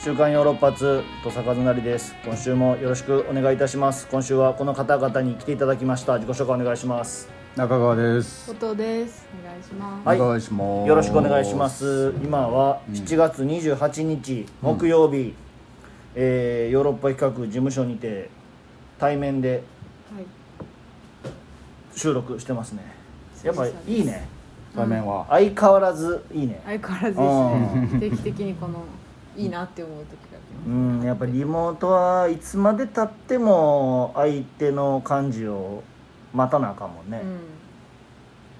週刊ヨーロッパ通土佐和成です今週もよろしくお願いいたします今週はこの方々に来ていただきました自己紹介お願いします中川です。ことです。お願いします。はいお願いします。よろしくお願いしま。す今は7月28日木曜日、えーヨーロッパ企画事務所にて対面ではい。収録してますねやっぱいいね対面は。相変わらずいいね相変わらずですね。定期的にこのいいなって思う時がありうまんやっぱリモートはいつまでたっても相手の感じを待たなあかんもんね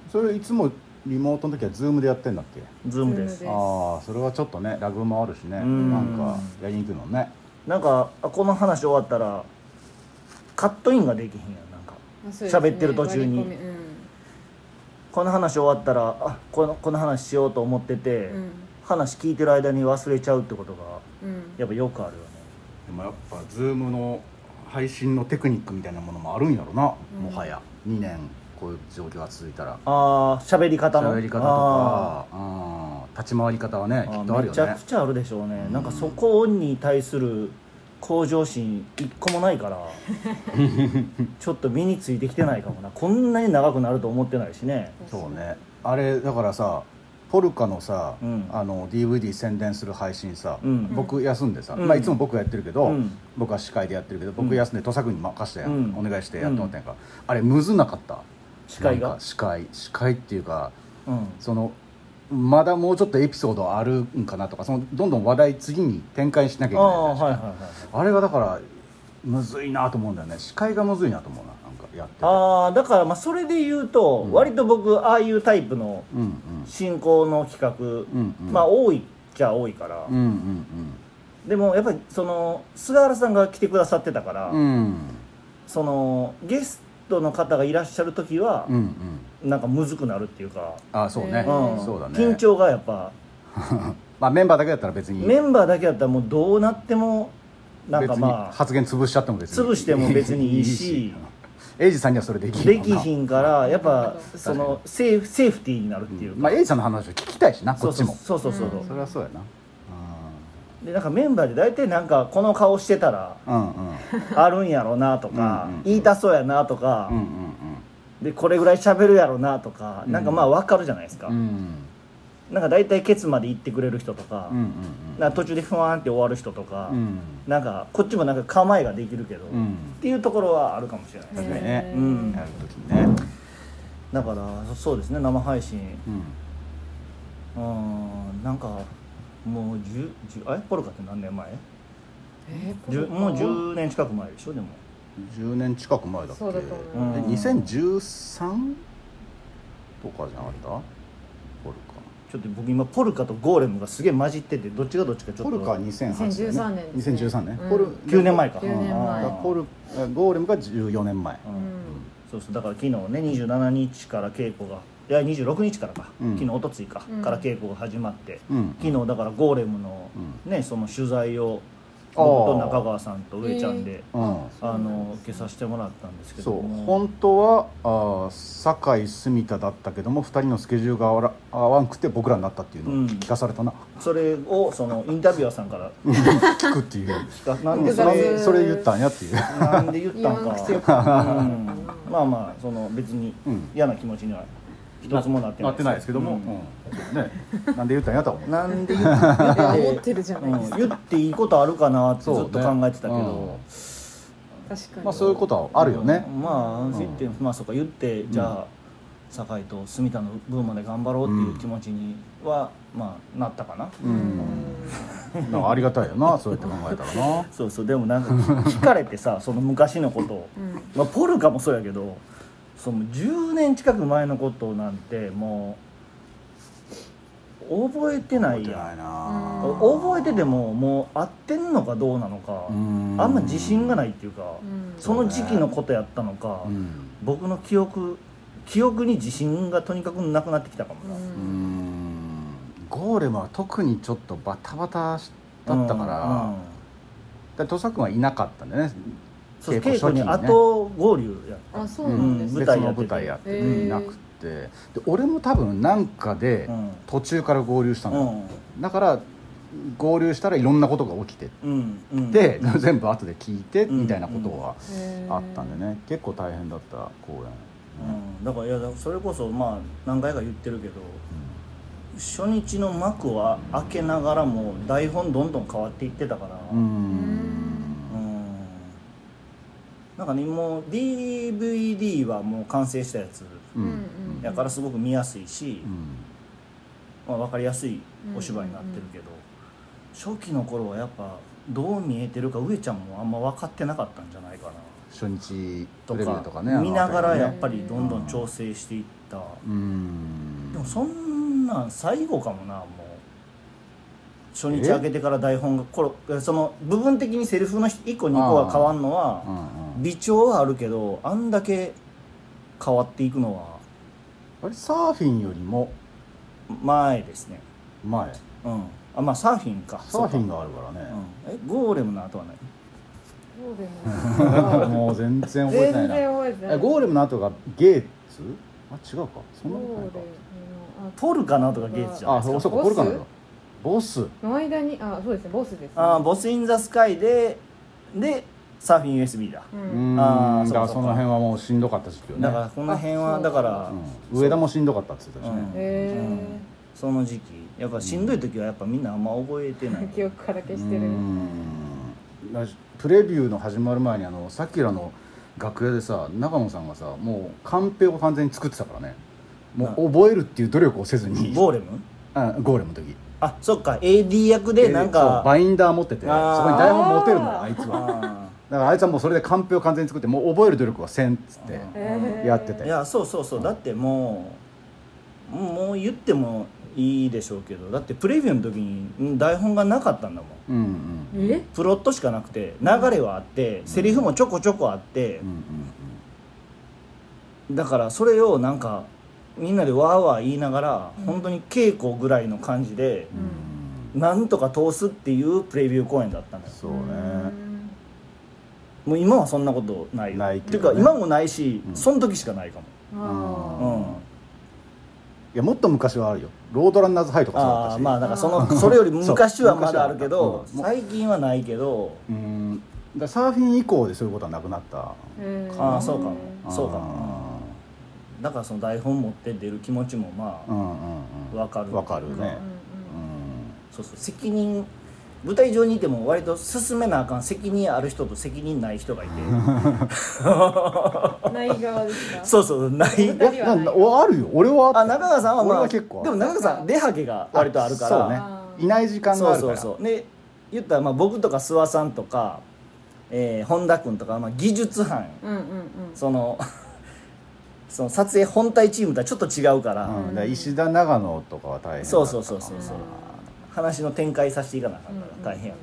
す。、それいつもリモートの時はズームでやってんだっけ。ズームです Zoom でああ、それはちょっとね、ラグもあるしね。うんなんかやりにくいもんね。なんかあこの話終わったらカットインができひんやんなんかうんまあそうですね喋ってる途中に割り込みこの話終わったらあこのこの話しようと思ってて、うん。話聞いてる間に忘れちゃうってことがうん。うん。やっぱよくあるよねでもやっぱズームの配信のテクニックみたいなものもあるんやろな。うんもはや2年こういう状況が続いたら。ああ喋り方の喋り方とか、うん立ち回り方はねあ、きーっとあるめよちゃねく。ちゃあるでしょうね、うんなんかそこに対する向上心一個もないから ちょっと身についてきてないかもなこんなに長くなると思ってないしねそうね。あれだからさ、ポルカのさ、うんあの DVD 宣伝する配信さ。うん僕休んでさ、うんまあ、いつも僕がやってるけど、うん僕は司会でやってるけどう僕ん休んで土佐君に任せて、うんお願いしてやってもらってんか、あれむずなかった司会なんがか司会司会っていうかうんそのまだもうちょっとエピソードあるんかなとかそのどんどん話題次に展開しなきゃいけあないあじゃはいはいないですかはいはいあれがだからむずいなと思うんだよね司会がむずいなと思うななんかやっててああだからまあそれで言うと、うん割と僕ああいうタイプのうんうん進行の企画、うんうんまあ多いっちゃ多いから、うんうんでもやっぱりその菅原さんが来てくださってたから、うんうんそのゲストの方がいらっしゃる時はうんう、んなんかむずくなるっていうか、ああそうね、うんそうだね緊張がやっぱ、まあメンバーだけだったら別にメンバーだけだったらもうどうなってもなんか別まにあ発言潰しちゃっても別に潰しても別にいいし エイジさんにはそれできでひんきもんなひんからやっぱ確かにそのセーフセーフティーになるっていうか、まあエイジさんの話を聞きたいしなこそうっちそうもそうそうそううんそれはそうやなでなんかメンバーで大体なんかこの顔してた らうんうんうんあるんやろなとかうんうん言いたそうやなとかうんでこれぐらい喋るやろなとかうんなんかまあ分かるじゃないですかうんうんなんか大体ケツまで行ってくれる人とかうんうんなんか途中でふわーんって終わる人とかうんうんなんかこっちもなんか構えができるけどっうんていうところはあるかもしれないですね確かにねううんん。やるときにねだからそそうですね生配信うんうーんなんかもう10 10あれポルカって何年前えーじゅもう。10年近く前でしょでも10年近く前だっけそうだと思うで2013とかじゃなかったポルちょっと僕今ポルカとゴーレムがすげえ混じっててどっちがどっちかちょっとカポルカは2008 2013年年ですね2013年うんポル9年前か9年だ前からポルゴーレムが14年前ううんん。そうそうだから昨日ね27日から稽古がいや26日からか、うん昨日おとついか、うんから稽古が始まってうん昨日だからゴーレムのうねその取材をあー僕と中川さんと上ちゃんで、うんーあの受けさせてもらったんですけどそうも本当はあー酒井住田だったけども2人のスケジュールが合わら合わんくて僕らになったっていうのをうん聞かされたな、それをそのインタビュアーさんから聞くっていう聞かなんうでんそそれれそれ言ったんやっていう、 なんで言ったん言わかなくてようんまあまあその別にうん嫌な気持ちには一つもなってないなってないですけども、うんうんね、なんで言ったんやとは思うなんで言っいや思っててるじゃないですうか。ん言っていいことあるかなってずっそうとね考えてたけど、確かうんに。まあ、そういうことはあるよね、うんまあん言ってまあそうか言ってじゃあ酒井と住田の分まで頑張ろうっていう気持ちにはまあなったかなうんなんかありがたいよなそうやって考えたらなそうそうでもなんか聞かれてさその昔のことを、うん。まあ、ポルカもそうやけどその10年近く前のことなんてもう覚えてないやんいな覚えててももう合ってんのかどうなのか、うんあんま自信がないっていうか、うんその時期のことやったのか、うん僕の記憶記憶に自信がとにかくなくなってきたかもな、うーんゴーレムは特にちょっとバタバタだったかうら、んで土佐君はいなかったんだよねそう稽稽古初古期ににね後合流やったあ、そうなんでうすんね。別の舞台やっててへーいなくてで俺も多分なんかでうん途中から合流したうのよ、んだから合流したらいろんなことが起きてうんうんで、 全部後で聞いてみたいなことはへーあったんでね、結構大変だった公演、うん、だからいやだからそれこそまあ何回か言ってるけど初日の幕は開けながらも台本どんどん変わっていってたからうんうんんなんかねもう DVD はもう完成したやつうんうんうんやからすごく見やすいし、うんまあ、分かりやすいお芝居になってるけど、初期の頃はやっぱどう見えてるか上ちゃんもあんま分かってなかったんじゃないかな初日とプレビュかーとかね見ながらやっぱぱりどんどん調整していった、うんでもそんなん最後かもなもう初日開けてから台本がこれその部分的にセリフの1個2個が変わるのうはんうん微調はあるけどあんだけ変わっていくのはあれサーフィンよりも前ですね前うんあまあサーフィンかサーフィンががあるからね、えゴーレムの後はないそうでももう全然覚え全てない然な覚えてないえゴーレムの後がゲーツあ違うかそんなことゴないーレムポルカの後がゲージじゃないかあですそうかそうかポボスルカなんだボスあの間にあそうですねボスですねあボス・イン・ザ・スカイででサーフィン USB だううんんあーだからそかそそううかの辺はもうしんどかった時期よねだからこの辺あはそうだからうん上田もしんどかったって言ってたしうんね、へその時期やっぱしんどい時はやっぱみんなあんま覚えてないえ記憶から消してるうんだしプレビューの始まる前にあのさっきらの楽屋でさ長野さんがさもうカンペを完全に作ってたからねもう覚えるっていう努力をせずにゴーレムあゴーレムの時あそっか AD 役でなんそうかバインダー持っててそあーこに台本持てるのよあいつ はあだからあいつはもうそれでカンペを完全に作ってもう覚える努力はせんっつってうんへえやってたーよいやそうそうそうだってもうもう言ってもいいでしょうけどだってプレビューの時にん台本がなかったんだもんうんうんえプロットしかなくて流れはあってセリフもちょこちょこあってうんうんだからそれをなんかみんなでわーわー言いながら本当に稽古ぐらいの感じでうんうんなんとか通すっていうプレビュー公演だったのよそうねもう今はそんなことないよないっけていどうねか今もないし、うんその時しかないかあも、うんうんいやもっと昔はあるよロードランナーズハイとかそうだっあたあしまあなんかそあの それより昔はそうまだあるけど、昔はあ最近はないけど、うんだからサーフィン以降でそういうことはなくなったーへああそうかもへそうかあだからその台本持って出る気持ちもまーあ、うんうんうんわかるわかるーねうんそうそう責任舞台上にいても割と進めなあかん責任ある人と責任ない人がいてうんうんない側ですか そうそうない うんいやななおあるよ俺はあ中川さんはま俺あはで結構も中川さん出はけが割とあるからそうねあーいない時間があるからそうそうそうで言ったらまあ僕とか諏訪さんとか、えー本田君とか、まあ、技術班うんうんうんその その撮影本体チームとはちょっと違うから、うんだから石田長野とかは大変だったそうそうそうそうそううん話の展開させていかなあかんかうんら大変や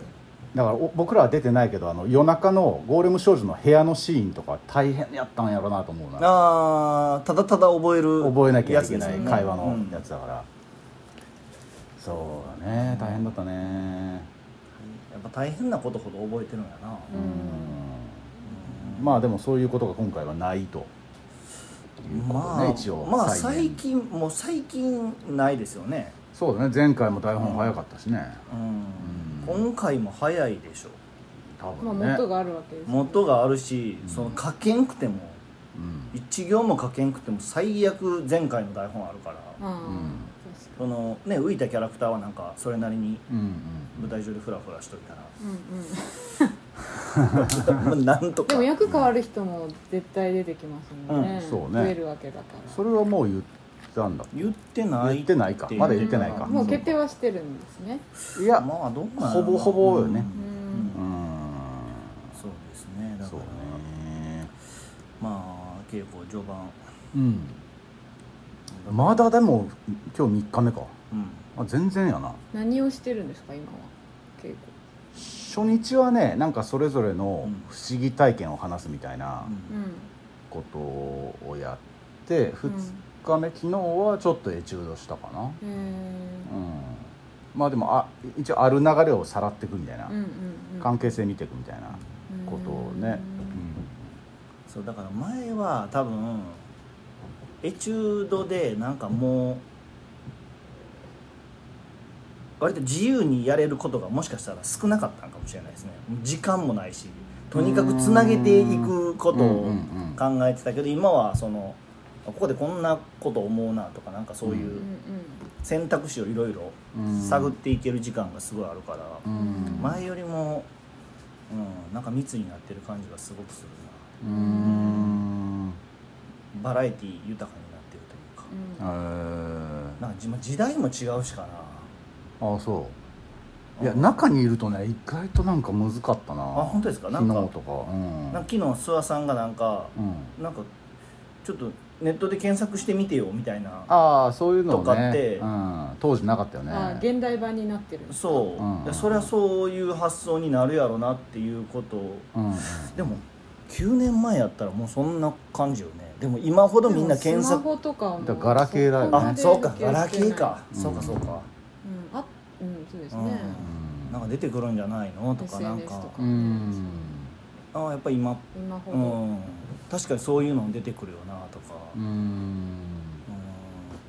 だからお僕らは出てないけどあの夜中のゴーレム少女の部屋のシーンとか大変やったんやろなと思うけなどあーただただ覚える覚えなきゃやいつけですないね会話のうんやつだから、そうだね大変だったねやっぱ大変なことほど覚えてるんやな、ううんまあでもそういうことが今回はないということまね、あ、一応まあ再最現近もう最近ないですよね、そうだね前回も台本早かったしね、うんうん今回も早いでしょ多まあ分ね、元があるわけですね元があるし、うんその書けんくてもうん一行も書けんくても最悪前回の台本あるから、あうんー確かそのね浮いたキャラクターはなんかそれなりにうんうん舞台上でフラフラしといたらにうんう んまあなんとでかも役変わる人も絶対出てきますもんね、うんそうね増えるわけだからそれはもう言ったんだ言ってない言ってないかまだ言ってないかもう決定はしてるんですねいやまあどうなんやろなほぼほぼよねううんうんんそうですねだかそうらねまあ稽古序盤うんまだでも今日3日目かうんあ全然やな何をしてるんですか今は稽初日はねなんかそれぞれのうん不思議体験を話すみたいなうん古うんことをやってうん2日目昨日はちょっとエチュードしたかなえーうんまあでもあ一応ある流れをさらっていくみたいなうんうんうん関係性見ていくみたいなことをねそうだから前は多分エチュードでなんかもう割と自由にやれることがもしかしたら少なかったのかもしれないですね時間もないしとにかくつなげていくことうんうをんうん考えてたけど今はそのここでこんなこと思うなとかなんかそういううん選択肢をいろいろうん探っていける時間がすごいあるからうん前よりも、うん、なんか密になってる感じがすごくするうーんなバラエティ豊かになってるというかうんえーなんかじま時代も違うしかなああそういや中にいるとね意外となんか難かったなああ本当ですかなんか昨日とかうんなんか昨日諏訪さんがなんかうん、なんかちょっとネットで検索してみてよみたいなああそういうのをねとかってうん、当時なかったよねあ現代版になってるそう、うんいやそりゃそういう発想になるやろなっていうことをうん、でも9年前やったらもうそんな感じよねでも今ほどみんな検でもスマ索ホとかもだからガラケーだよねあそうかそこガまでラケーか、うんそうかそうかうんあうんそうですうんねうんなんか出てくるんじゃないのとかなん SNS かとかうんああやっぱ今今ほうどん確かにそういうの出てくるよなとか、ううんん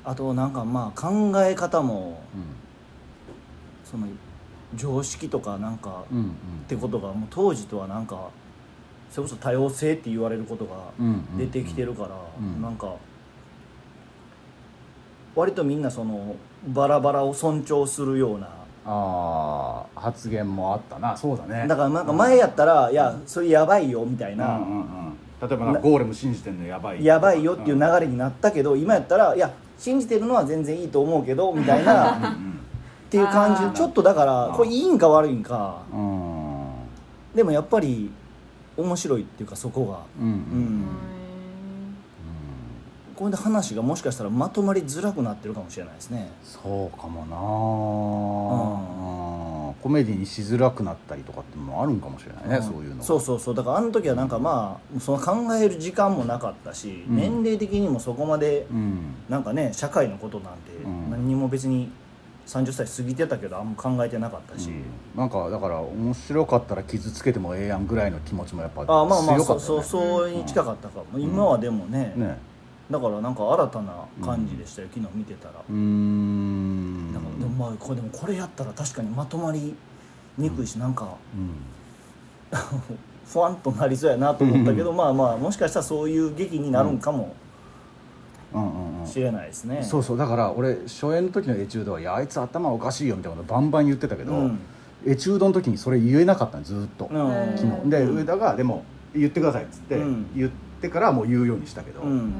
あとなんかまあ考え方もその常識とかなんかうんうんってことがもう当時とはなんかそれこそ多様性って言われることがうんうん出てきてるから、うんなんか割とみんなそのバラバラを尊重するようなああ発言もあったなそうだねだからなんか前やったら「いやそれやばいよ」みたいうんなうんうん例えばなんかゴーレム信じてんのやば「いやばいよ」っていうな流れになったけど今やったら「いや信じてるのは全然いいと思うけ ど」みたいうんうなっんていう感あーじちょっとだからこれいいんか悪いんかうんでもやっぱり面白いっていうかそこが。うんううんんこれで話がもしかしたらまとまりづらくなってるかもしれないですねそうかもなあコメディにしづらくなったりとかってのもあるんかもしれないんね、そういうのそうそうそうだからあの時はなんかまあその考える時間もなかったし、うん年齢的にもそこまでうんなんかね社会のことなんてうん何にも別に30歳過ぎてたけどあんま考えてなかったし、なんかだから面白かったら傷つけてもええやんぐらいの気持ちもやっぱ強ああまあまあ、かそっうたよそうねそうに近かったかも、今はでもねねだからなんか新たな感じでしたよ昨日見てたら、うーんだからでもまあこれでもこれやったら確かにまとまりにくいし、なんか うん不安となりそうやなと思ったけど、まあまあもしかしたらそういう劇になるんかもうんうんうんしれないですね、そうそうだから俺初演の時のエチュードはいやあいつ頭おかしいよみたいなことバンバン言ってたけど、うんエチュードの時にそれ言えなかったのずーっと、うん昨昨日で上田が「でも言ってください」っつって、うん言ってからもう言うようにしたけど、うん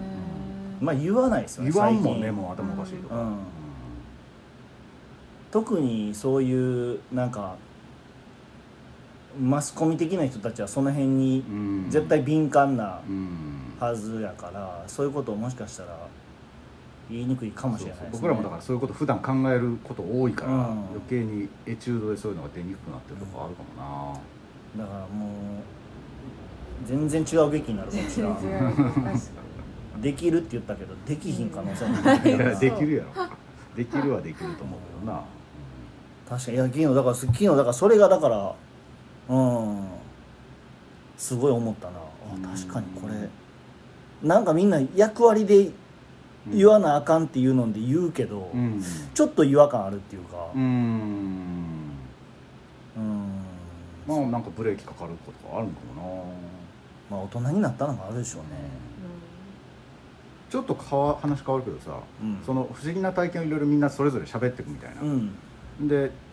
まあ言わないですよね言わんもんね最近もう頭おかしいとか、うん特にそういうなんかマスコミ的な人たちはその辺にうん絶対敏感なうんはずやから、そういうことをもしかしたら言いにくいかもしれないです、そね、うそう僕らもだからそういうこと普段考えること多いから、うん余計にエチュードでそういうのが出にくくなってるとこあるかもな、だからもう全然違う劇になるかもしれない全然違う確かにできるって言ったけどできひん可能性もあるからいや できるやろできるはできると思うけどな、確かにいや昨日だから昨日だからそれがだからうんすごい思ったなうんあ確かにこれなんかみんな役割で言わなあかんっていうので言うけど、うんちょっと違和感あるっていうかうんうんまあなんかブレーキかかることがあるのかもまなあ大人になったのもあるでしょうねちょっとかわ話変わるけどさ、うんその不思議な体験をいろいろみんなそれぞれ喋っていくみたいな、うんで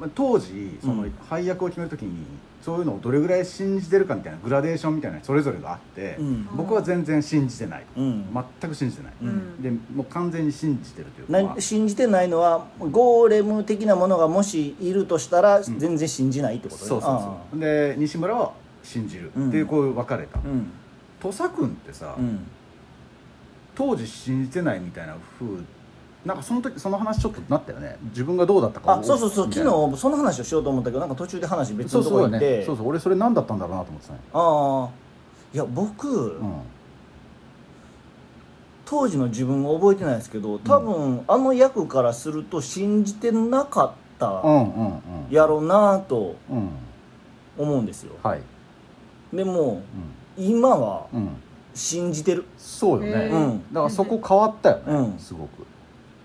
まあ当時そうのん配役を決めるときにそういうのをどれぐらい信じてるかみたいなグラデーションみたいなのそれぞれがあって、うん僕は全然信じてないうん、全く信じてない、うんでもう完全に信じてるというか、まあな信じてないのはゴーレム的なものがもしいるとしたら全然信じないってことねそうそうそうで西村は信じる、うんでこう分かれた、ああうん土佐君ってさ、うん当時信じてないみたいな風なんかその時その話ちょっとなったよね自分がどうだったかあそうそうそうみたいな昨日その話をしようと思ったけどなんか途中で話別そのうとそこう,、行っねて、そうそう俺それ何だったんだろうなと思ってたね、ああいや僕、うん、当時の自分を覚えてないですけど多分、あの役からすると信じてなかったうんうんうんやろうなとうん思うんですよ、はいでも今はうん、うん、信じてるそうよへね、ーだからそこ変わったよね、うんすごく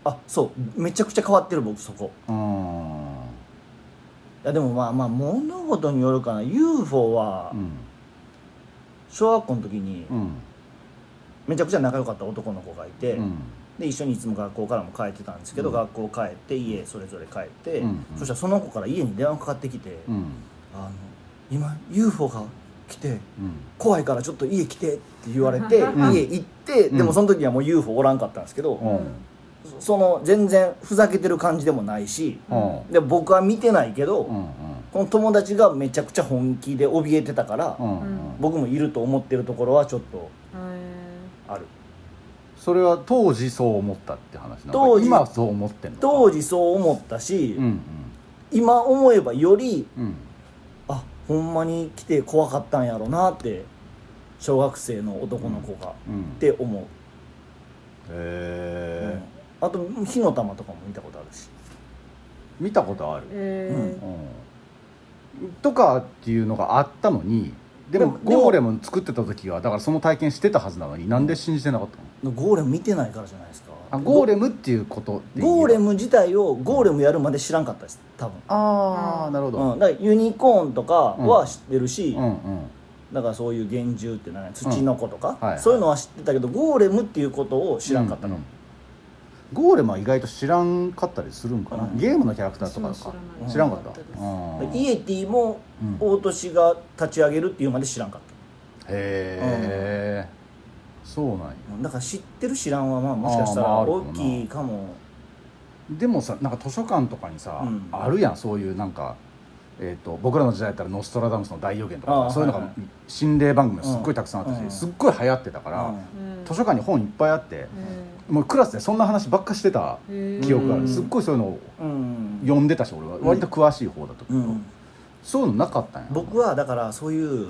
あそうめちゃくちゃ変わってる僕そこあいやでもまあまあ物事によるかな UFO あはうん小学校の時にうんめちゃくちゃ仲良かった男の子がいて、うんで一緒にいつも学校からも帰ってたんですけど、うん学校帰って家それぞれ帰って、うんそしたらその子から家に電話かかってきて「うんあの今 UFO が来てうん怖いからちょっと家来て」って言われて、うん家行って、うんでもその時はもう UFO おらんかったんですけど、うんそその全然ふざけてる感じでもないしうんで僕は見てないけど、うんうんこの友達がめちゃくちゃ本気で怯えてたから、うんうん僕もいると思ってるところはちょっとへあるそれは当時そう思ったって話なの当時今はそう思ってんの当時時そう思ったし、うん今思えばよりうんうんあほんまに来て怖かったんやろなって小学生の男の子が、っうんへて思う、えうんあと火の玉とかも見たことあるし見たことあるえうんとかっていうのがあったのにでもでもゴーレム作ってた時はだからその体験してたはずなのになんで信じてなかったのゴーレム見てないからじゃないですかあゴーレムムっていうことで言えばゴーレム自体をゴーレムやるまで知らんかったです多分あうあんなるほど、うん、だからユニコーンとかは知ってるし、うんうんだからそういう幻獣ってなんや土の子とか、うんはいそういうのは知ってたけどゴーレムっていうことを知らんかったの、うゴーレムは意外と知らんかったりするんかな、うんゲームのキャラクターとか私もか知らない知らんかった知らなかったですうんイエティもうん大年が立ち上げるっていうまで知らんかっへえ、そうなんやた、だから知ってる知らんはまあもしかしたあーまらああるか大もなきいかもでもさなんか図書館とかにさ、うんあるやんそういうなんか、えー、と僕らの時代だったら「ノストラダムスの大予言」とあかーそういうのはがいはい心霊番組がすっごいたくさんあったし、うんすっごい流行ってたから、うんうん図書館に本いっぱいあってう、もうクラスでそんな話ばっかしてたんへえ記憶がある、うんすっごいそういうのをうん、読んでたし俺は割と詳しい方だったけうど、んそういうのなかったんや僕はだからそういう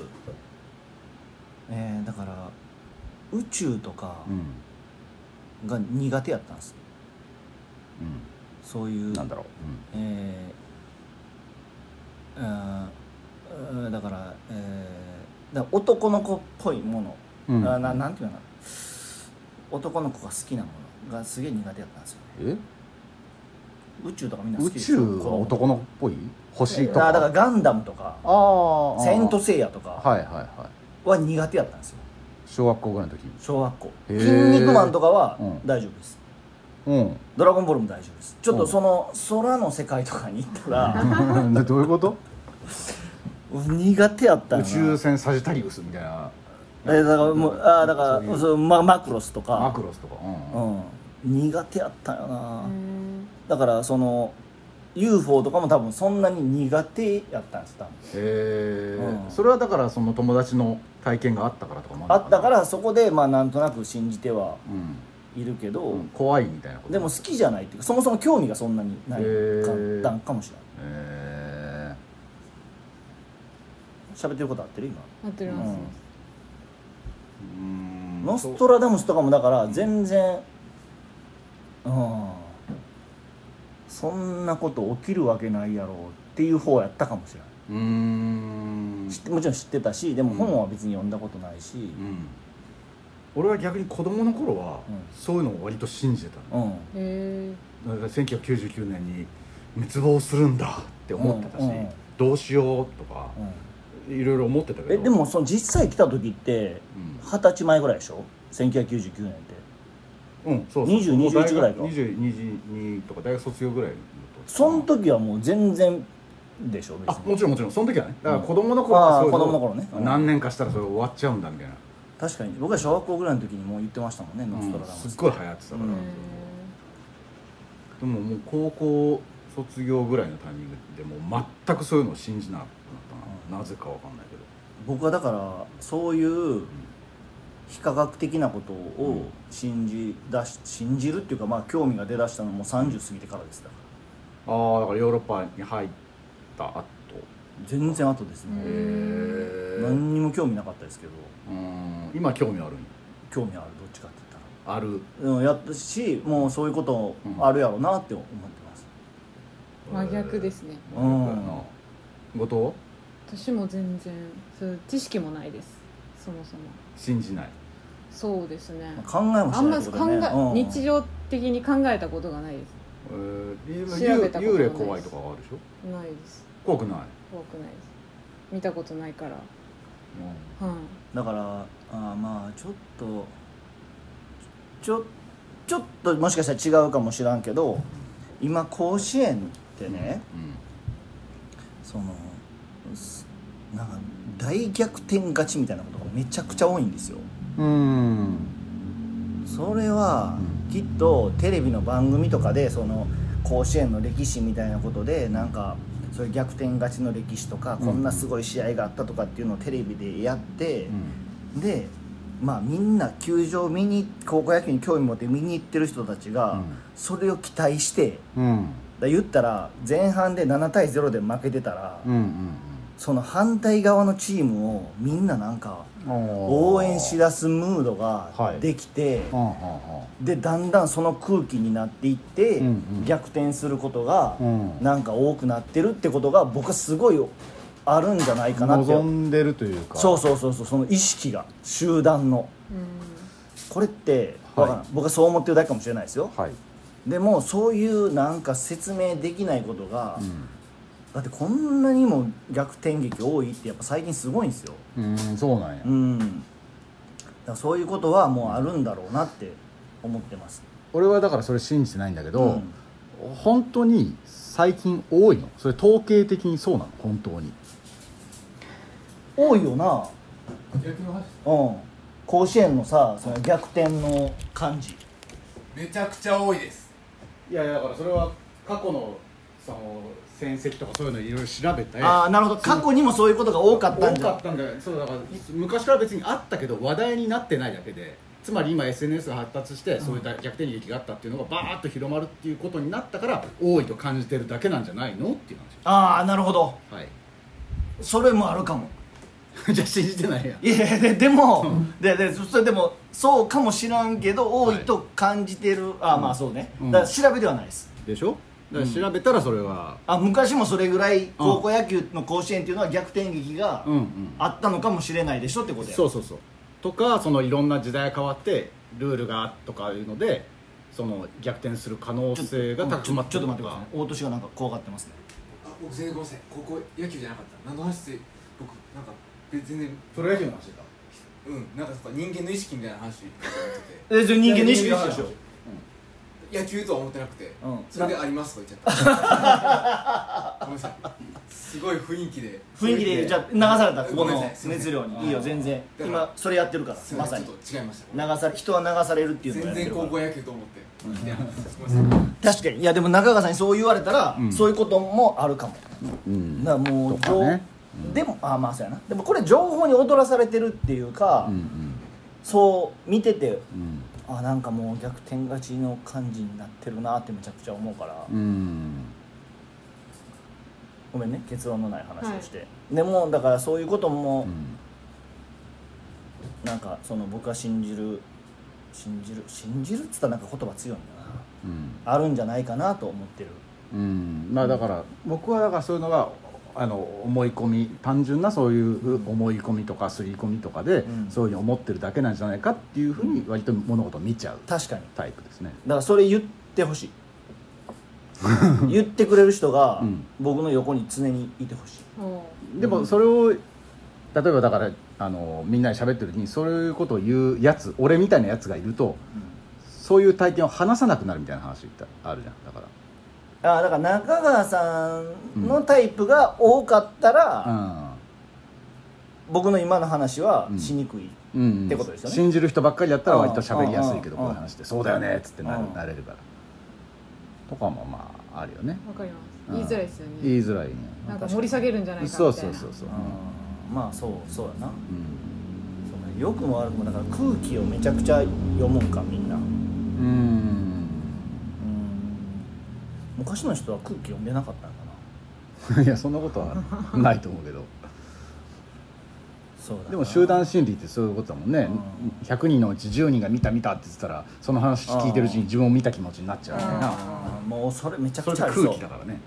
えーだから宇宙とかうんが苦手やったんですそういううんなんだろう、えーうんうんだから,、えーだから男の子っぽいもの、うんうんあななんていうのかな男の子が好きなものがすげえ苦手だったんですよねえ宇宙とかみんな好宇きでしょ宙は男の子っぽい星とだかだからガンダムとかあーあーセイント・セイヤとかはいはいはいは苦手やったんですよ小学校ぐらいの時小学校「へー筋肉マン」とかはうん大丈夫です、うんドラゴンボールも大丈夫ですちょっうとんその空の世界とかに行ったら でどういうこと苦手やったん宇やな宙船サジタリウスみたいなえだからもうあーだからそうそいううま、マクロスとかマクロスとかうんうんうん、苦手やったよな、うんだからその UFO とかも多分そんなに苦手やったんです多分へえうんそれはだからその友達の体験があったからとかもあったかららそこでまあなんとなく信じてはうんいるけど、うん怖いみたいなことでも好きじゃないっていうかそもそも興味がそんなにないへーかったんかもしれないへ喋ってること合ってる今、合ってる合ってますーうんノストラダムスとかもだから全然うんそんなこと起きるわけないやろうっていう方やったかもしれない、うん知ってもちろん知ってたしでも本は別に読んだことないし、うん俺は逆に子供の頃はうんそういうのを割と信じてたのうんへだから1999年に滅亡するんだって思ってたし、うんうんどうしようとかいろいろ思ってたけどえで、もその実際来た時ってうん二十歳前ぐらいでしょ1999年ってうん、そうそう20 21ぐらいか22とか大学卒業ぐらいの時その時はもう全然でしょ別あもにちろんもちろんその時はねだから子供の頃あはあそうい子う供の頃ね、うん何年かしたらそれ終わっちゃうんだみたいな、確かに僕は小学校ぐらいの時にもう言ってましたもんね「ノストラダムすっス」ごい流行ってたから、うえんでももう高校卒業ぐらいのタイミングでもう全くそういうのを信じなくなったな、なぜかわかんないけど僕はだからそういう非科学的なことを信じだし信じるっていうかまあ興味が出だしたのも30過ぎてからですだかああだからヨーロッパに入った後ら全然後ですへね、ーうん何にも興味なかったですけど今興味あるんや興味あるどっちかって言ったらあるうん、やったしもうそういうことあるやろうなって思ってます、真逆ですねえー真逆やな後私も全然そういう知識もないですそもそも藤信じないそうですねまあ考えもあしんなまいって考ことだねえ、うん日常的に考えたことがないですえー調べたこと幽もない霊怖いとかはあるでしょないです怖くない、怖くないです見たことないからはいだからあーまあちょっとちょちょっともしかしたら違うかもしらんけど今甲子園ってね、うんそのすなんか大逆転勝ちみたいなことがめちゃくちゃ多いんですようんそれはきっとテレビの番組とかでその甲子園の歴史みたいなことでなんかそういう逆転勝ちの歴史とかうんこんなすごい試合があったとかっていうのをテレビでやって、でまあみんな球場見に高校野球に興味持って見に行ってる人たちうがんそれを期待してうんうんだ言ったら前半で7対0で負けてたら、うんうんその反対側のチームをみんななんか応応援しだすムードができて、はあはでだんだんその空気になっていって、うんうん逆転することがあうんなんか多くなってるってことが僕はすごいあるんじゃないかなって望んでるというかそうそうそうそうその意識が集団のうんこれって、はわいからん僕はそう思ってるだけかもしれないですよはい、でもそういうなんか説明できないことが、うだってこんなにも逆転劇多いってやっぱ最近すごいんですよん、うんそうなんや、うんだからそういうことはもうあるんだろうなって思ってます俺はだからそれ信じてないんだけど、うん本当に最近多いのそれ統計的にそうなの本当に多いよな野球の話うん甲子園のさその逆転の感じめちゃくちゃ多いですいやだからそれは過去のその戦績とかそういうのいろいろ調べてああなるほど過去にもそういうことが多かったんじ多かゃったんだよそうだから昔から別にあったけど話題になってないだけでつまり今 SNS が発達してそういった逆転劇があったっていうのがバーッと広まるっていうことになったから多いと感じてるだけなんじゃないのっていうああなるほど話はいそれもあるかも じゃあ信じてないやんいやででもででそれでもそうかもしらんけど多いと感じてる、ああまあそうね、うんだから調べではないですでしょだから調べたらそれはあ昔もそれぐらい高校野球の甲子園っていうのは逆転劇がうんうんあったのかもしれないでしょってことやそうそうそうとかそのいろんな時代が変わってルールがとかいうのでその逆転する可能性が高ちょまってちょっるとと待ってくださかい大年がなんか怖がってますねあ僕全然ごめんなさい高校野球じゃなかった何の話して僕なんか別に全然プロ野球の話だうんなんかそっか人間の意識みたいな話だと思っててえじゃあ人間の意識でいやしょ 野球とは思ってなくて、うんそれでありますとか言っちゃったごめんなさいすごい雰囲気で雰囲気でじゃあ流されたここごめんなのさいすいません熱量にいいよ全然だから今それやってるからすいまませさんにちょっと違いました流され人は流されるっていうのをや全って然る高か校野球と思っていやすみませんら確かにいやでも中川さんにそう言われたら、うんそういうこともあるかもうんだからもう、とかね情でもあまあそうやなでもこれ情報に踊らされてるっていうか、うんそう見ててうんあなんかもう逆転勝ちの感じになってるなってめちゃくちゃ思うから、うんごめんね結論のない話をして、でもだからそういうことも、なんかその僕は信じる信じる信じるっつったらなんか言葉強いんだうんなあるんじゃないかなと思ってるうんまあだから僕はだからそういうのがあの思い込み単純なそういう思い込みとか刷り込みとかで、うんそういうふうに思ってるだけなんじゃないかっていうふうに割と物事を見ちゃう確かにタイプですねだからそれ言って ほしい言ってくれる人がうん僕の横に常にいてほしいおでもそれを例えばだからあのみんなで喋ってる時にそういうことを言うやつ俺みたいなやつがいるとそういう体験を話さなくなるみたいな話ってあるじゃんだかあだから中川さんのタイプが多かったら、ら、僕の今の話はうんしにくい、うんうんってことですよね信じる人ばっかりだったら割と喋りやすいけどうんこういう話ってそうだよねっつってなうるんなれるからとかもまああるよねわかりまうすん言いづらいですよ言ねいづらいねなんか盛り下げるんじゃないかみたいそなうそうそうそううんまあそうそうやなうんそうね良くも悪くもだから空気をめちゃくちゃ読むんかみんなうん昔の人は空気読んでなかったのかなうん いやそんなことはないと思うけどそうだなでも集団心理ってそういうことだもんねう100人のうち10人が見た見たって言ってたらその話聞いてるうちに自分を見た気持ちになっちゃうみたいなあーもうそれめちゃそくれちがゃあり空そう気だからね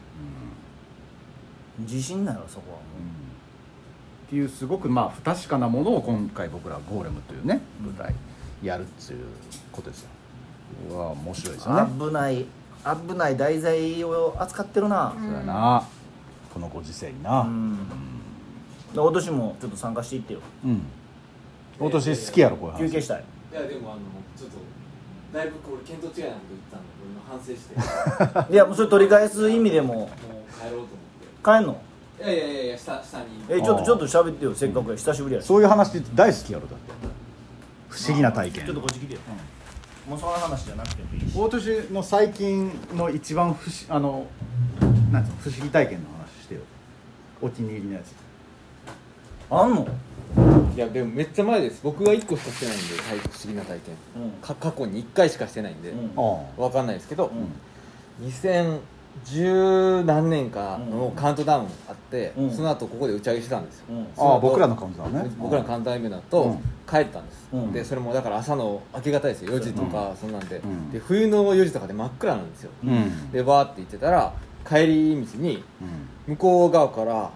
自信ないわそこはもうんっていうすごくまあ不確かなものを今回僕らはゴーレムというね舞台やるっていうことですよううわ面白いですよね危ない危ない題材を扱ってるなそうやなこのご時世になううんん今年もちょっと参加していってよ今年好きやろこういう話休憩したいいやでもあのちょっとだいぶこれ見当違いなこと言ったんで俺も反省 していやもうそれ取り返す意味でももう帰ろうと思っ帰んのていやいやいやいや下下にえちょあっとーちょっと喋ってよせっかくや久しぶりやしそういう話大好きやろだって不思議な体験っち来てよもうその話じゃなくてもいいし大年の最近の一番不思あのなんつうの不思議体験の話してよお気に入りのやつあんのいやでもめっちゃ前です僕は1個しかしてないんで体不思議な体験うんか過去に1回しかしてないんで、うんあわかんないですけど、う2010何年かのカウントダウンあって、うんその後ここで打ち上げしてたんですよ、うんあああ僕らの感じだね僕らの感簡単イベントだと、うん帰ったんです、うんでそれもだから朝の明け方ですよ4時とかそんなんで,、うんで冬の4時とかで真っ暗なんですよ、うんうんでバーって行ってたら帰り道に向こう側から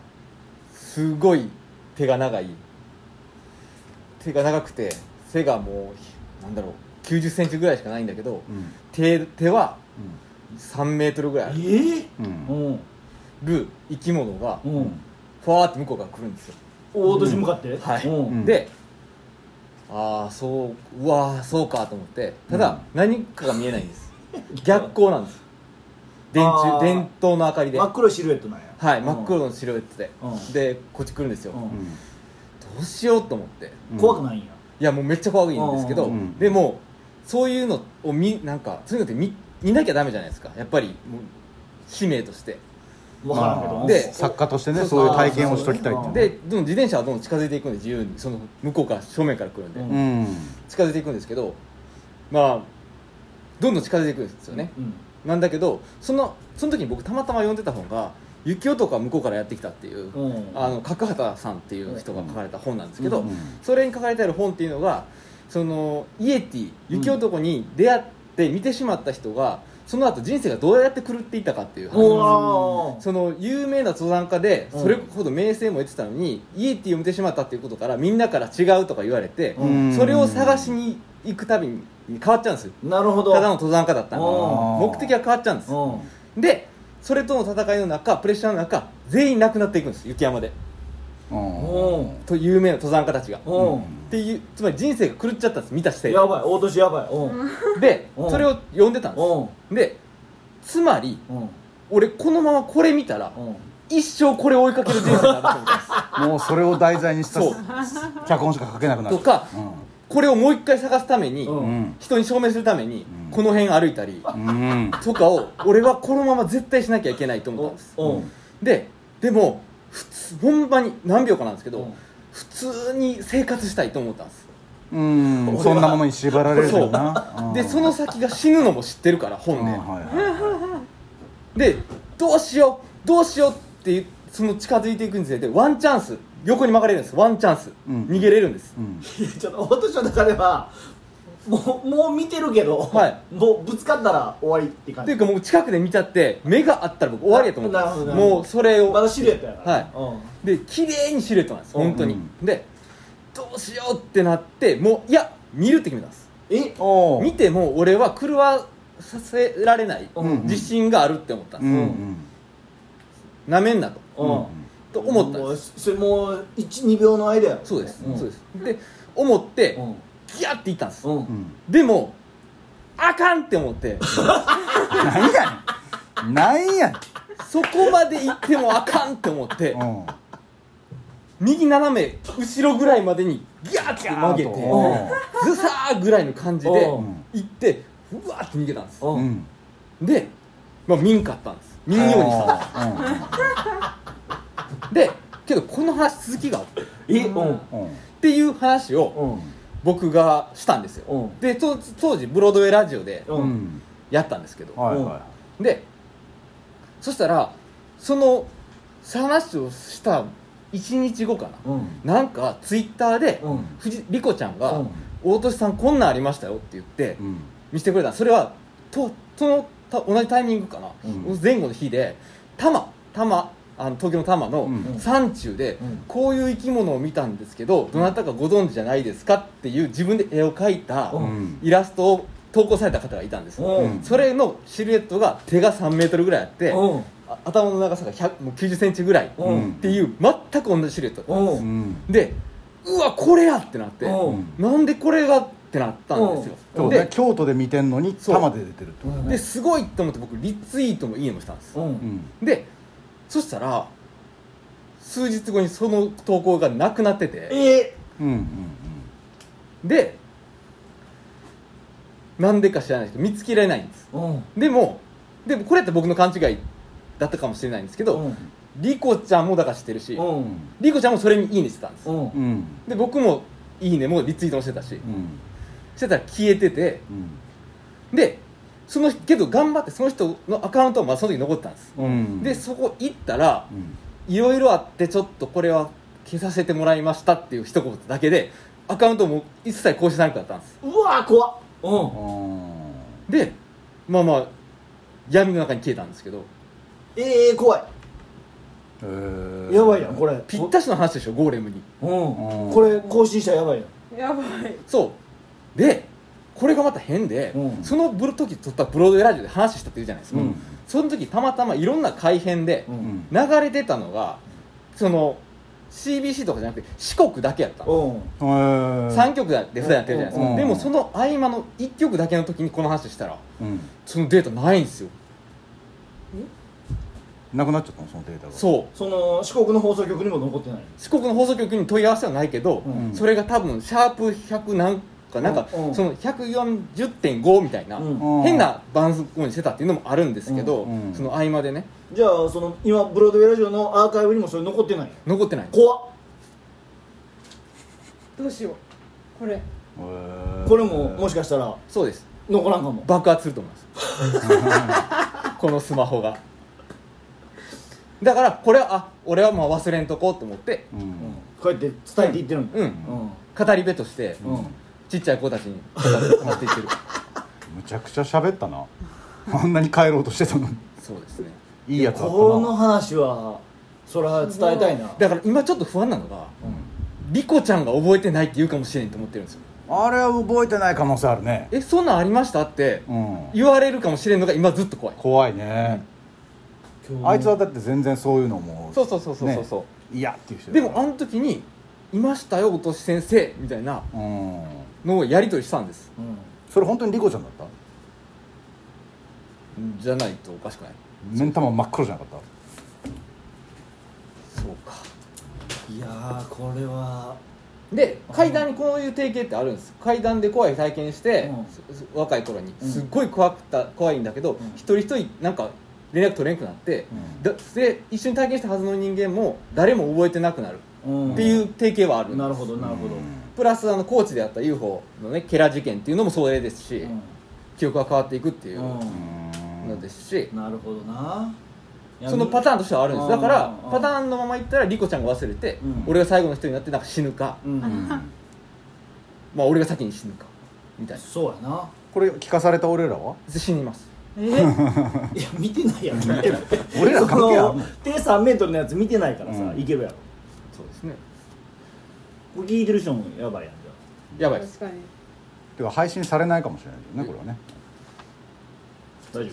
すごい手が長い手が長くて背がもうひなんだろう9 0ンチぐらいしかないんだけど、うん手手は3メートルぐらいあえうんううんんる生き物がうんファーって向こうから来るんですよ、大年向かってはいうんんでああそううわーそうかと思ってただ、うん何かが見えないんです逆光なんです電あー柱電灯の明かりで真っ黒いシルエットなんやはい真っ黒の白いやつで、うんでこっち来るんですよ、うんどうしようと思ってうん怖くないんやいやもうめっちゃ怖いんですけど、うんうんでもそういうのを見なんかそういうのって見見なきゃダメじゃないですかやっぱりもう使命として分からんけどまあで作家としてねそういう体験をしときたいっていうのはででも自転車はどんどん近づいていくんで自由にその向こうから正面から来るんで、うんうん近づいていくんですけどまあどんどん近づいていくんですよね、うんなんだけどそのその時に僕たまたま呼んでた本が「雪男は向こうからやってきた」っていう、うんあの角畑さんっていう人が書かれた本なんですけど、うんそれに書かれてある本っていうのがそのイエティ雪男に出会って見てしまった人が、その後人生がどうやって狂っていったかっていう話なんですよおーその有名な登山家でうんそれほど名声も得てたのに、イエティを見てしまったっていうことからみんなから違うとか言われて、うんそれを探しに行くたびに変わっちゃうんですよなるほどただの登山家だったおのあー目的が変わっちゃうんですうんでそれとの戦いの中プレッシャーの中全員亡くなっていくんです雪山でうんうんと有名な登山家たちがっうんていうつまり人生が狂っちゃったんです見たせいでやばい大年やばいうんうんでうんそれを呼んでたんでうんすでつまりうん俺このままこれ見たら一生これを追いかける人生になると思ったんですもうそれを題材にしたそう脚本しか書けなくなるとかこれをもう一回探すために、ううんうん人に証明するために、うんこの辺歩いたりうんとかを俺はこのまま絶対しなきゃいけないと思ったんですうんうんででも普通ほんまに何秒かなんですけど、うん普通に生活したいと思ったんです、うんそんなものに縛られるよなうんでその先が死ぬのも知ってるから本うんで、はいはでどうしようどうしようっていうその近づいていくにつれてワンチャンス横に曲がれるんですワンチャンス、うん逃げれるんですいうんいやちょっと大年の中ではもうもう見てるけど、はもうぶつかったら終わりって感っていじうかもう近くで見ちゃって目があったら僕終わりやと思ったんでなるほすどなるほどもうそれをまだシルエットやから、はいで綺麗にシルエットなんです本当に、うんでどうしようってなってもういや見るって決めたんですうん、えおお見ても俺は狂わさせられないうん自信があるって思ったんうでんすなめんなとうん、と思ったんもでうすそれもう12秒の間やろそうです、んそうですで思ってうんギャッていったんですうん、うんうんでもあかんって思って何やねん何やねそこまで行ってもあかんって思ってんうん右斜め後ろぐらいまでにギャーって曲げてうズサーぐらいの感じでう行んってうわーって逃げたんですうんうんで、まあ、見んかったんです見んようにしたんですでけどこの話続きがあってっえうんうんうんていう話うをん僕がしたんですよ、うんでと当時ブロードウェイラジオでうんうんやったんですけど、はいはいでそしたらその話をした1日後かな、うんなんかツイッターで、うん藤莉子ちゃんうがん「大年さんこんなんありましたよ」って言ってうん見せてくれたそれはとそのた同じタイミングかな、う前後の日で多摩多摩あの東京の多摩のうん山中で、うんこういう生き物を見たんですけどどなたかご存知じゃないですかっていう自分で絵を描いたうんうんイラストを投稿された方がいたんですおうそれのシルエットが手が3メートルぐらいあっておうあ頭の長さが100もう90センチぐらいっおうていう全く同じシルエットおううんでうわこれやってなっておうなんでこれがってなったんですそうよねで京都で見てんのにそう多摩で出てるってことねですごいと思って僕リツイートもいいねもしたんですおううんでそしたら数日後にその投稿がなくなっててえうんうんでなんでか知らないですけど見つけられないんですーうんでもでもこれって僕の勘違いだったかもしれないんですけうどんリコちゃんもだから知ってるしうんリコちゃんもそれに「いいね」してたんですうんうんうんで僕も「いいね」もリツイートもしてたしうんしてたら消えててうんでそのけど頑張ってその人のアカウントはまだその時残ってたんですうんでそこ行ったらうんいろいろあってちょっとこれは消させてもらいましたっていう一言だけでアカウントも一切更新さなくなったんですうわー怖っうんあーでまあまあ闇の中に消えたんですけどええ怖いえーやばいやんこれぴったしの話でしょゴーレムにうんうんこれ更新したらやばいやんやばいそうでこれがまた変で、うんそのブロ時撮ったブロードウェイラジオで話したって言うじゃないですか、うんその時たまたまいろんな改編でううんん流れてたのがその CBC とかじゃなくて四国だけやったのうんえー3曲で普段やってるじゃないですか、うんでもその合間の1曲だけの時にこの話したらうんそのデータないんですよなくなっちゃったのそのデータがそうその四国の放送局にも残ってない四国の放送局に問い合わせはないけど、うんそれが多分シャープ100なんかなんか、うんその140.5みたいな、うんうん変な番組にしてたっていうのもあるんですけど、うんうんその合間でねじゃあその今ブロードウェイラジオのアーカイブにもそれ残ってない残ってない怖っどうしようこれえーこれももしかしたらそうです残らんかも爆発すると思います このスマホがだからこれはあ俺はまあ忘れんとこうと思ってうんうんこうやって伝えていってるんだうん、うん語り部として、うんちっちゃい子たちに語ってい ってるむちゃくちゃ喋ったなあんなに帰ろうとしてたのにそうですねいいやつだったなこの話はそれは伝えたいなだから今ちょっと不安なのがうんリコちゃんが覚えてないって言うかもしれんと思ってるんですよあれは覚えてない可能性あるねえそんなんありましたってうん言われるかもしれんのが今ずっと怖い怖いねあいつはだって全然そういうのもそうそうそうそうそうそねいやっていう人うだでからもあの時に「いましたよ落とし先生」みたいなうんのをやり取りしたんですうんそれ本当にリコちゃんだったじゃないとおかしくない目ん玉真っ黒じゃなかっそうかいやーこれはで階段にこういう提携ってあるんです階段で怖い体験して、うす若い頃にうんすっごい怖くた怖いんだけど、ん一人一人なんか連絡取れなくなって、んだで一緒に体験したはずの人間も誰も覚えてなくなるうんっていう提携はあるんですなるほどたなるほどプラスあの高知であった UFO のねケラ事件っていうのもそれですし、記憶が変わっていくっていううんうのうんですし、んなるほどなそのパターンとしてはあるんですだからうんパターンのままいったらリコちゃんが忘れて、うん俺が最後の人になってなんか死ぬか、うんうんまあ、俺が先に死ぬかみたいなそうやなこれ聞かされた俺らは死にますえー、 いや見てないやん見てない俺ら そ関係あのんの手3メートルのやつ見てないからさ、うんいけるやろそうですねこれ聞いてる人もやばいやんじゃやばいです確かにてか配信されないかもしれないけどねこれはねあ大丈いや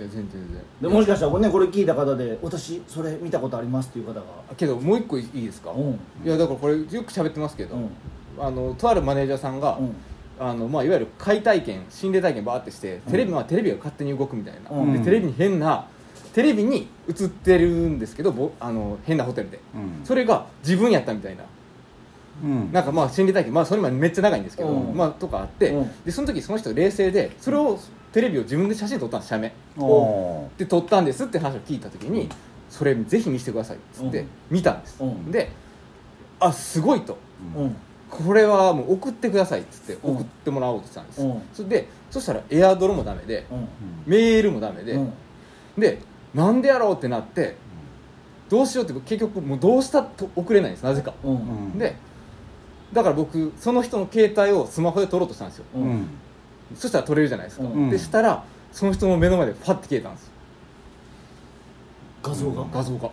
全然全然夫でもしかしたらこれ,、ね、これ聞いた方で私それ見たことありますっていう方があけどもう一個いいですか、うんいやだからこれよく喋ってますけど、うんあのとあるマネージャーさんが、うんあのまあ、いわゆる解体験心霊体験バーってしてテレビ、まあ、テレビが勝手に動くみたいな、うんでテレビに変なテレビに映ってるんですけどぼあの変なホテルで、うんそれが自分やったみたいなうんなんかまあ心理体験、まあ、それまでめっちゃ長いんですけど、うんまあ、とかあって、うんでその時その人冷静でそれをテレビを自分で写真撮ったんです写メおーで撮ったんですって話を聞いた時に、うんそれぜひ見せてくださいっつっうてん見たんです、うんであすごいとううんんこれはもう送ってくださいっつってうん送ってもらおうとしたんです、うんそれでそしたらエアドロもダメで、うんメールもダメで、うんでなんでやろうってなってどうしようって結局もうどうしたって送れないんですなぜか、うんうんうんでだから僕その人の携帯をスマホで撮ろうとしたんですよ、ううんんそしたら撮れるじゃないですか、うんでしたらその人の目の前でファッて消えたんですよ画像が、画像が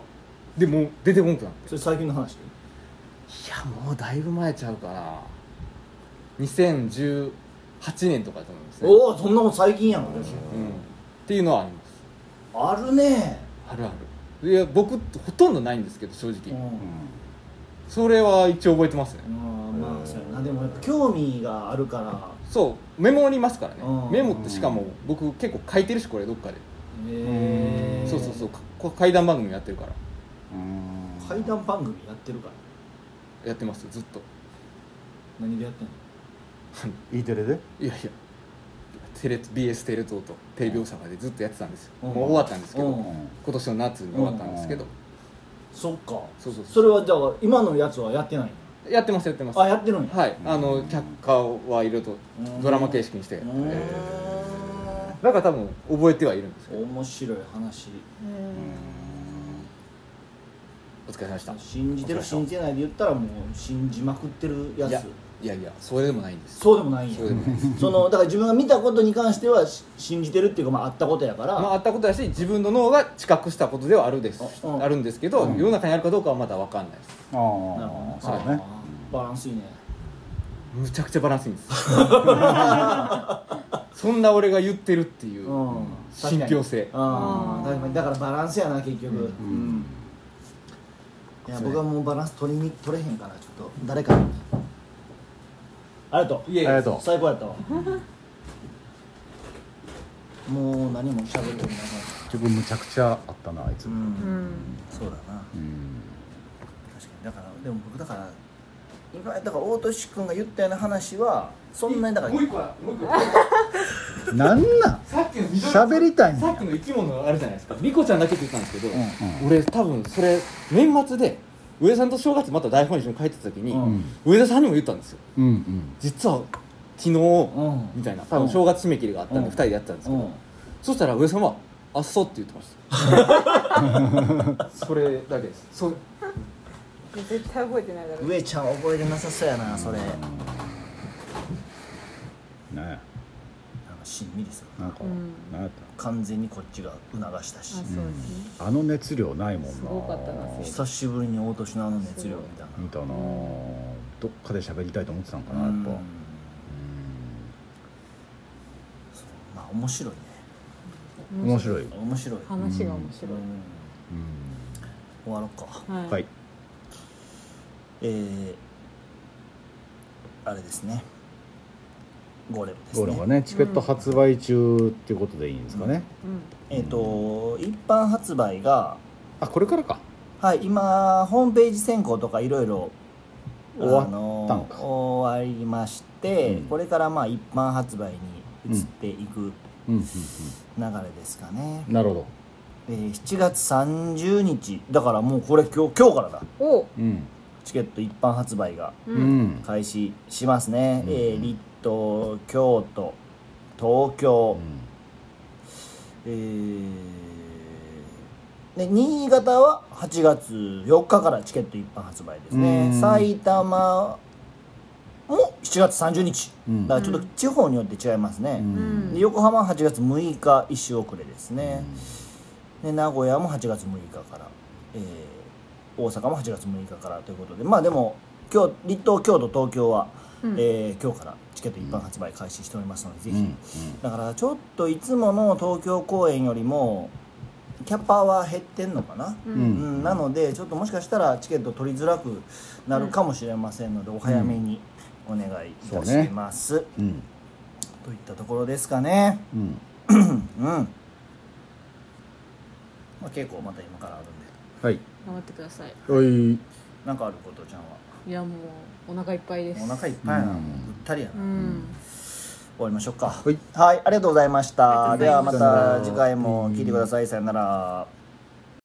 でもう出てこんくなってそれ最近の話いやもうだいぶ前ちゃうかな2018 8年とかだと思うんですね、おおそんなもん最近やんかでもうん、っていうのはありますあるねあるあるいや僕ほとんどないんですけど正うん直、それは一応覚えてますねうんまあそうやなでもやっぱ興味があるからそうメモりますからねうんメモってしかも僕結構書いてるしこれどっかでへえそうそうそうかこう怪談番組やってるからうん怪談番組やってるからやってますずっと何でやってんの E テレでいやいやテレ BS テレ東とテレビ大阪でずっとやってたんですよ、うんもう終わったんですけど、うん今年の夏に終わったんですけど、うんそっかそうそうそれはじゃあ今のやつはやってないやってますやってますあやってるんやはいあの客下はいろいろとドラマ形式にしてうだーんから多分覚えてはいるんですよ面白い話お疲れ様でした信じてるお疲れ信様じてないで言ったらもう信じまくってるやいやついやいやそれでもないんですそうでもないんやそれでもないですそのだから自分が見たことに関してはし信じてるっていうかまああったことやから、まああったことだし自分の脳が知覚したことではあるですあうんあるんですけど世の中にあるかどうかはまだ分かんないですあなるほあどそうねねバランスいいねむちゃくちゃバランスいいんです そんな俺が言ってるっていううん信憑性ああ確かにだからバランスやな結局うん、いや僕はもうバランス取りに取れへんからちょっと誰かにありがとういえいえありがとう最高やったわ もう何も喋ってもなかっ自分むちゃくちゃあったなあいつたううんうんんそうだな確かにだからでも僕だから今だから大俊君が言ったような話はそんなにだからもう一個だもう一個なんなんさっきの緑喋りたいんさやっきの生き物あるじゃないですかリコちゃんだけって言ったんですけど、う俺多分それ年末で上田さんと正月また台本一緒に書いてた時に、うん上田さんにも言ったんですようんうん実は昨日、んみたいな多分正月締め切りがあったんでうん2人でやってたんですけど、うんそしたら上田さんは「あっそう」って言ってましたそれだけですそう絶対覚えてないだろう上ちゃん覚えてなさそうやなそれなんかねしんみりするえなんか、うんなんやっ完全にこっちが促したあそしうですねたあの熱量ないもんなすごかったなそう久しぶりに大年のあの熱量みたい見たなどっかで喋りたいと思ってたんかななやっうんぱうんそうまあ面白いね面白い、面白い話が面白い、うんう終わろうかん、ははいいえーあれですねゴーレムですゴーレねムはねチケット発売中っていうことでいいんですかね、うんえっ、と一般発売があこれからかはい、今ホームページ選考とかいろいろ終わったのか終わりまして、うんこれからまあ一般発売に移っていくうんうん流れですかね、うんなるほどえー7月30日だからもうこれ今日今日からだおうんチケット一般発売がううんん開始しますね、うんえー、立東京都東京、えーで新潟は8月4日からチケット一般発売ですねうん埼玉も7月30日うんだからちょっと地方によって違いますね、んで横浜は8月6日1週遅れですね、で名古屋も8月6日から、えー大阪も8月6日からということでまあでも今日立東京都東京は、うんえー今日からチケット一般発売開始しておりますので、うんぜひ、だからちょっといつもの東京公演よりもキャパは減ってんのかな、ううんうんん、なのでちょっともしかしたらチケット取りづらくなるかもしれませんので、お早めにお願いいたします、うんといったところですかね うんうんまあ稽古また今からあるんではい頑張ってくださいはいなんかあることちゃんはいやもうお腹いっぱいですお腹いっぱいやな、うんぐったりやな、うん終わりましょうかはいはいありがとうございましたありでがとはうごまざいましたた次回も聞いてくださいさよなら